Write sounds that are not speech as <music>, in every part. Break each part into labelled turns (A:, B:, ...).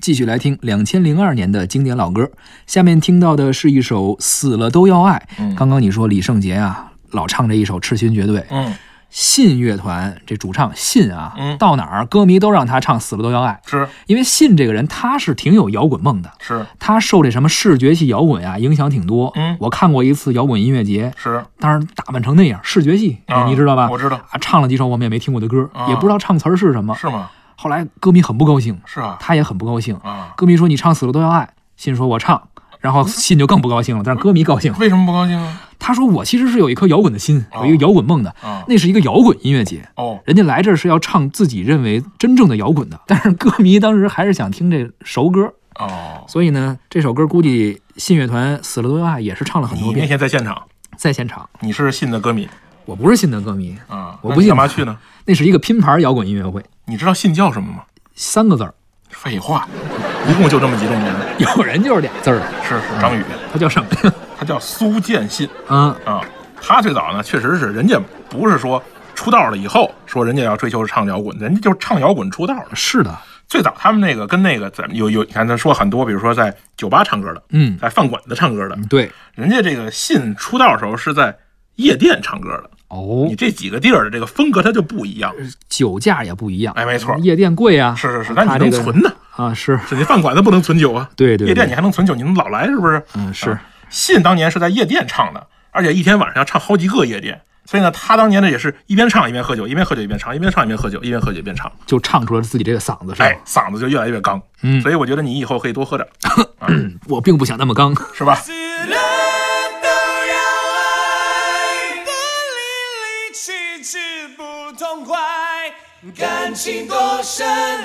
A: 继续来听两千零二年的经典老歌。下面听到的是一首《死了都要爱》。
B: 嗯
A: 刚刚你说李圣杰啊，老唱这一首《赤心乐队》，
B: 嗯，
A: 信乐团这主唱信啊，
B: 嗯
A: 到哪儿歌迷都让他唱《死了都要爱》，
B: 是
A: 因为信这个人他是挺有摇滚梦的，
B: 是
A: 他受这什么视觉系摇滚啊影响挺多。
B: 嗯
A: 我看过一次摇滚音乐节，
B: 是，
A: 当时打扮成那样，视觉系、
B: 啊
A: 你知道吧？
B: 我知道，
A: 啊，唱了几首我们也没听过的歌，
B: 啊
A: 也不知道唱词儿是什么。
B: 是吗？
A: 后来歌迷很不高兴，
B: 是啊，
A: 他也很不高兴。
B: 啊，
A: 歌迷说你唱死了都要爱，信说我唱，然后信就更不高兴了。但是歌迷高兴，
B: 为什么不高兴啊？
A: 他说我其实是有一颗摇滚的心，
B: 哦
A: 有一个摇滚梦的，
B: 啊，
A: 那是一个摇滚音乐节。
B: 哦，
A: 人家来这儿是要唱自己认为真正的摇滚的，但是歌迷当时还是想听这熟歌，
B: 哦，
A: 所以呢，这首歌估计信乐团死了都要爱也是唱了很
B: 你
A: 多
B: 那
A: 遍，
B: 天在现场，
A: 在现场。
B: 你是信的歌迷
A: 我不是信的歌迷，
B: 啊？
A: 我
B: 那
A: 不
B: 你
A: 信
B: 干嘛去呢？
A: 那是一个拼盘摇滚音乐会，
B: 你知道信叫什么吗？
A: 三个字儿，
B: 废话，一共就这么几种人。
A: 有人就是俩字儿，
B: 是是，张宇，
A: 他叫什么呀？
B: 他叫苏建信
A: 嗯，
B: 啊。他最早呢，确实是人家不是说出道了以后说人家要追求唱摇滚，人家就是唱摇滚出道的。
A: 是的，
B: 最早他们那个跟那个咱们有有，你看他说很多，比如说在酒吧唱歌的，
A: 嗯，
B: 在饭馆子唱歌的，
A: 对，
B: 人家这个信出道的时候是在夜店唱歌的。
A: 哦
B: 你，这几个地儿的这个风格它就不一样。
A: 酒价也不一样，
B: 哎，没错，
A: 夜店贵啊，
B: 是是是，但
A: 他
B: 你
A: 这
B: 能
A: 个
B: 存呢？
A: 啊，是，
B: 是你饭馆子不能存酒啊。
A: 对对，
B: 夜店
A: 对
B: 你还能存酒，你能老来是不是？
A: 嗯是
B: 啊。信当年是在夜店唱的，而且一天晚上要唱好几个夜店，所以呢，他当年呢也是一边唱一边喝酒，一边喝酒一边唱，一边唱一边喝酒，一边喝酒一边唱，
A: 就唱出了自己这个嗓子是
B: 哎
A: 吧？，
B: 嗓子就越来越刚。
A: 嗯
B: 所以我觉得你以后可以多喝点，
A: <laughs>
B: 啊
A: 我并不想那么刚，
B: 是吧？
C: 死了都要爱，不离离弃弃不痛快，感情多深，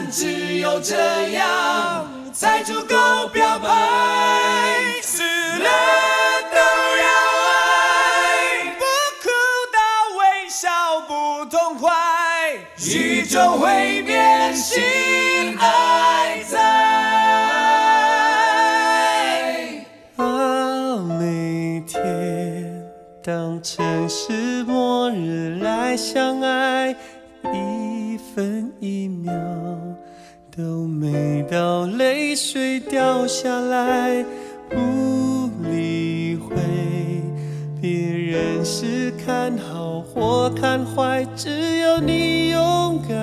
C: 只有这样才足够表白。死了都要爱，不哭到微笑不痛快，宇宙会变心爱在。啊，每天当城市末日来相爱，一分一秒都美到泪水掉下来，不理会别人是看好或看坏，只要你勇敢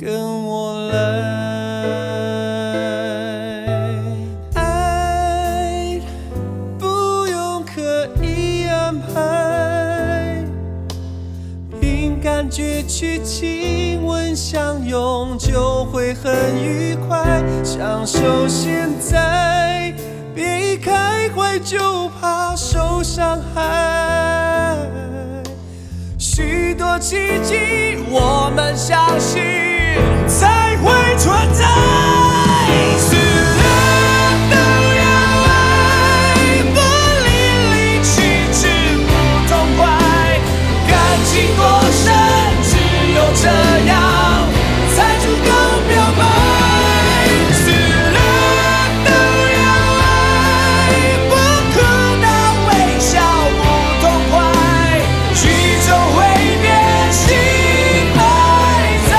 C: 跟我来。爱不用刻意安排，凭感觉去亲吻、相拥，就会很愉快。享受现在，别一开怀就怕受伤害。许多奇迹，我们相信才会存在。死了都要爱，不离离弃弃不痛快，感情多深，只有这样才足够表白。死了都要爱，不哭到微笑不痛快，宇宙会变心爱在。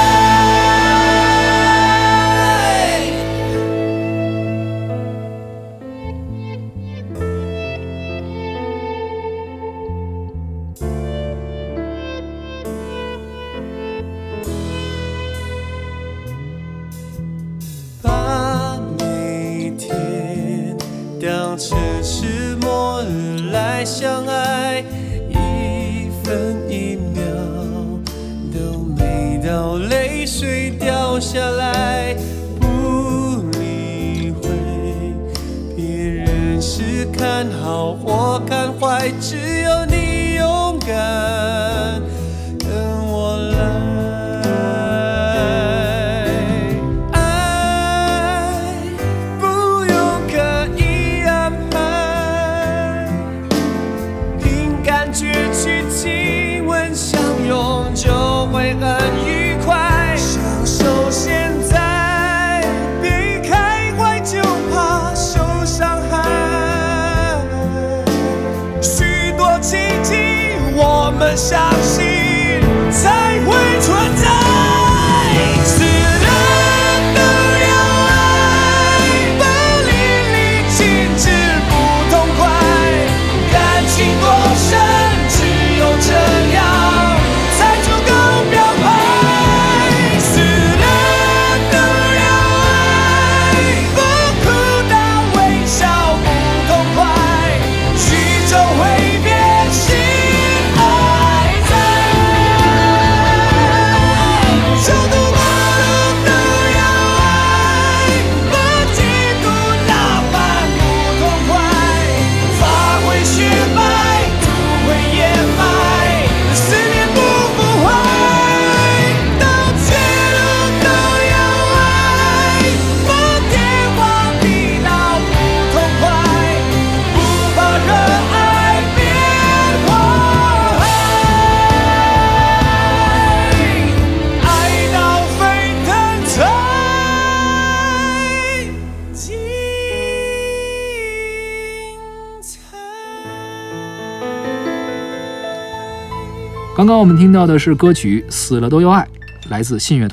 C: 把每天当成是末日来相爱，一分一秒都美到泪水掉下来，不理会别人是看好或看坏，只有你勇敢。跟我来，爱不用刻意安排，凭感觉去亲吻、相拥，就会很愉快。享受现在，别一开怀就怕受伤害。许多奇迹，我们相信才会存在。死了都要爱，
A: 刚刚我们听到的是歌曲《死了都要爱》，来自信乐团。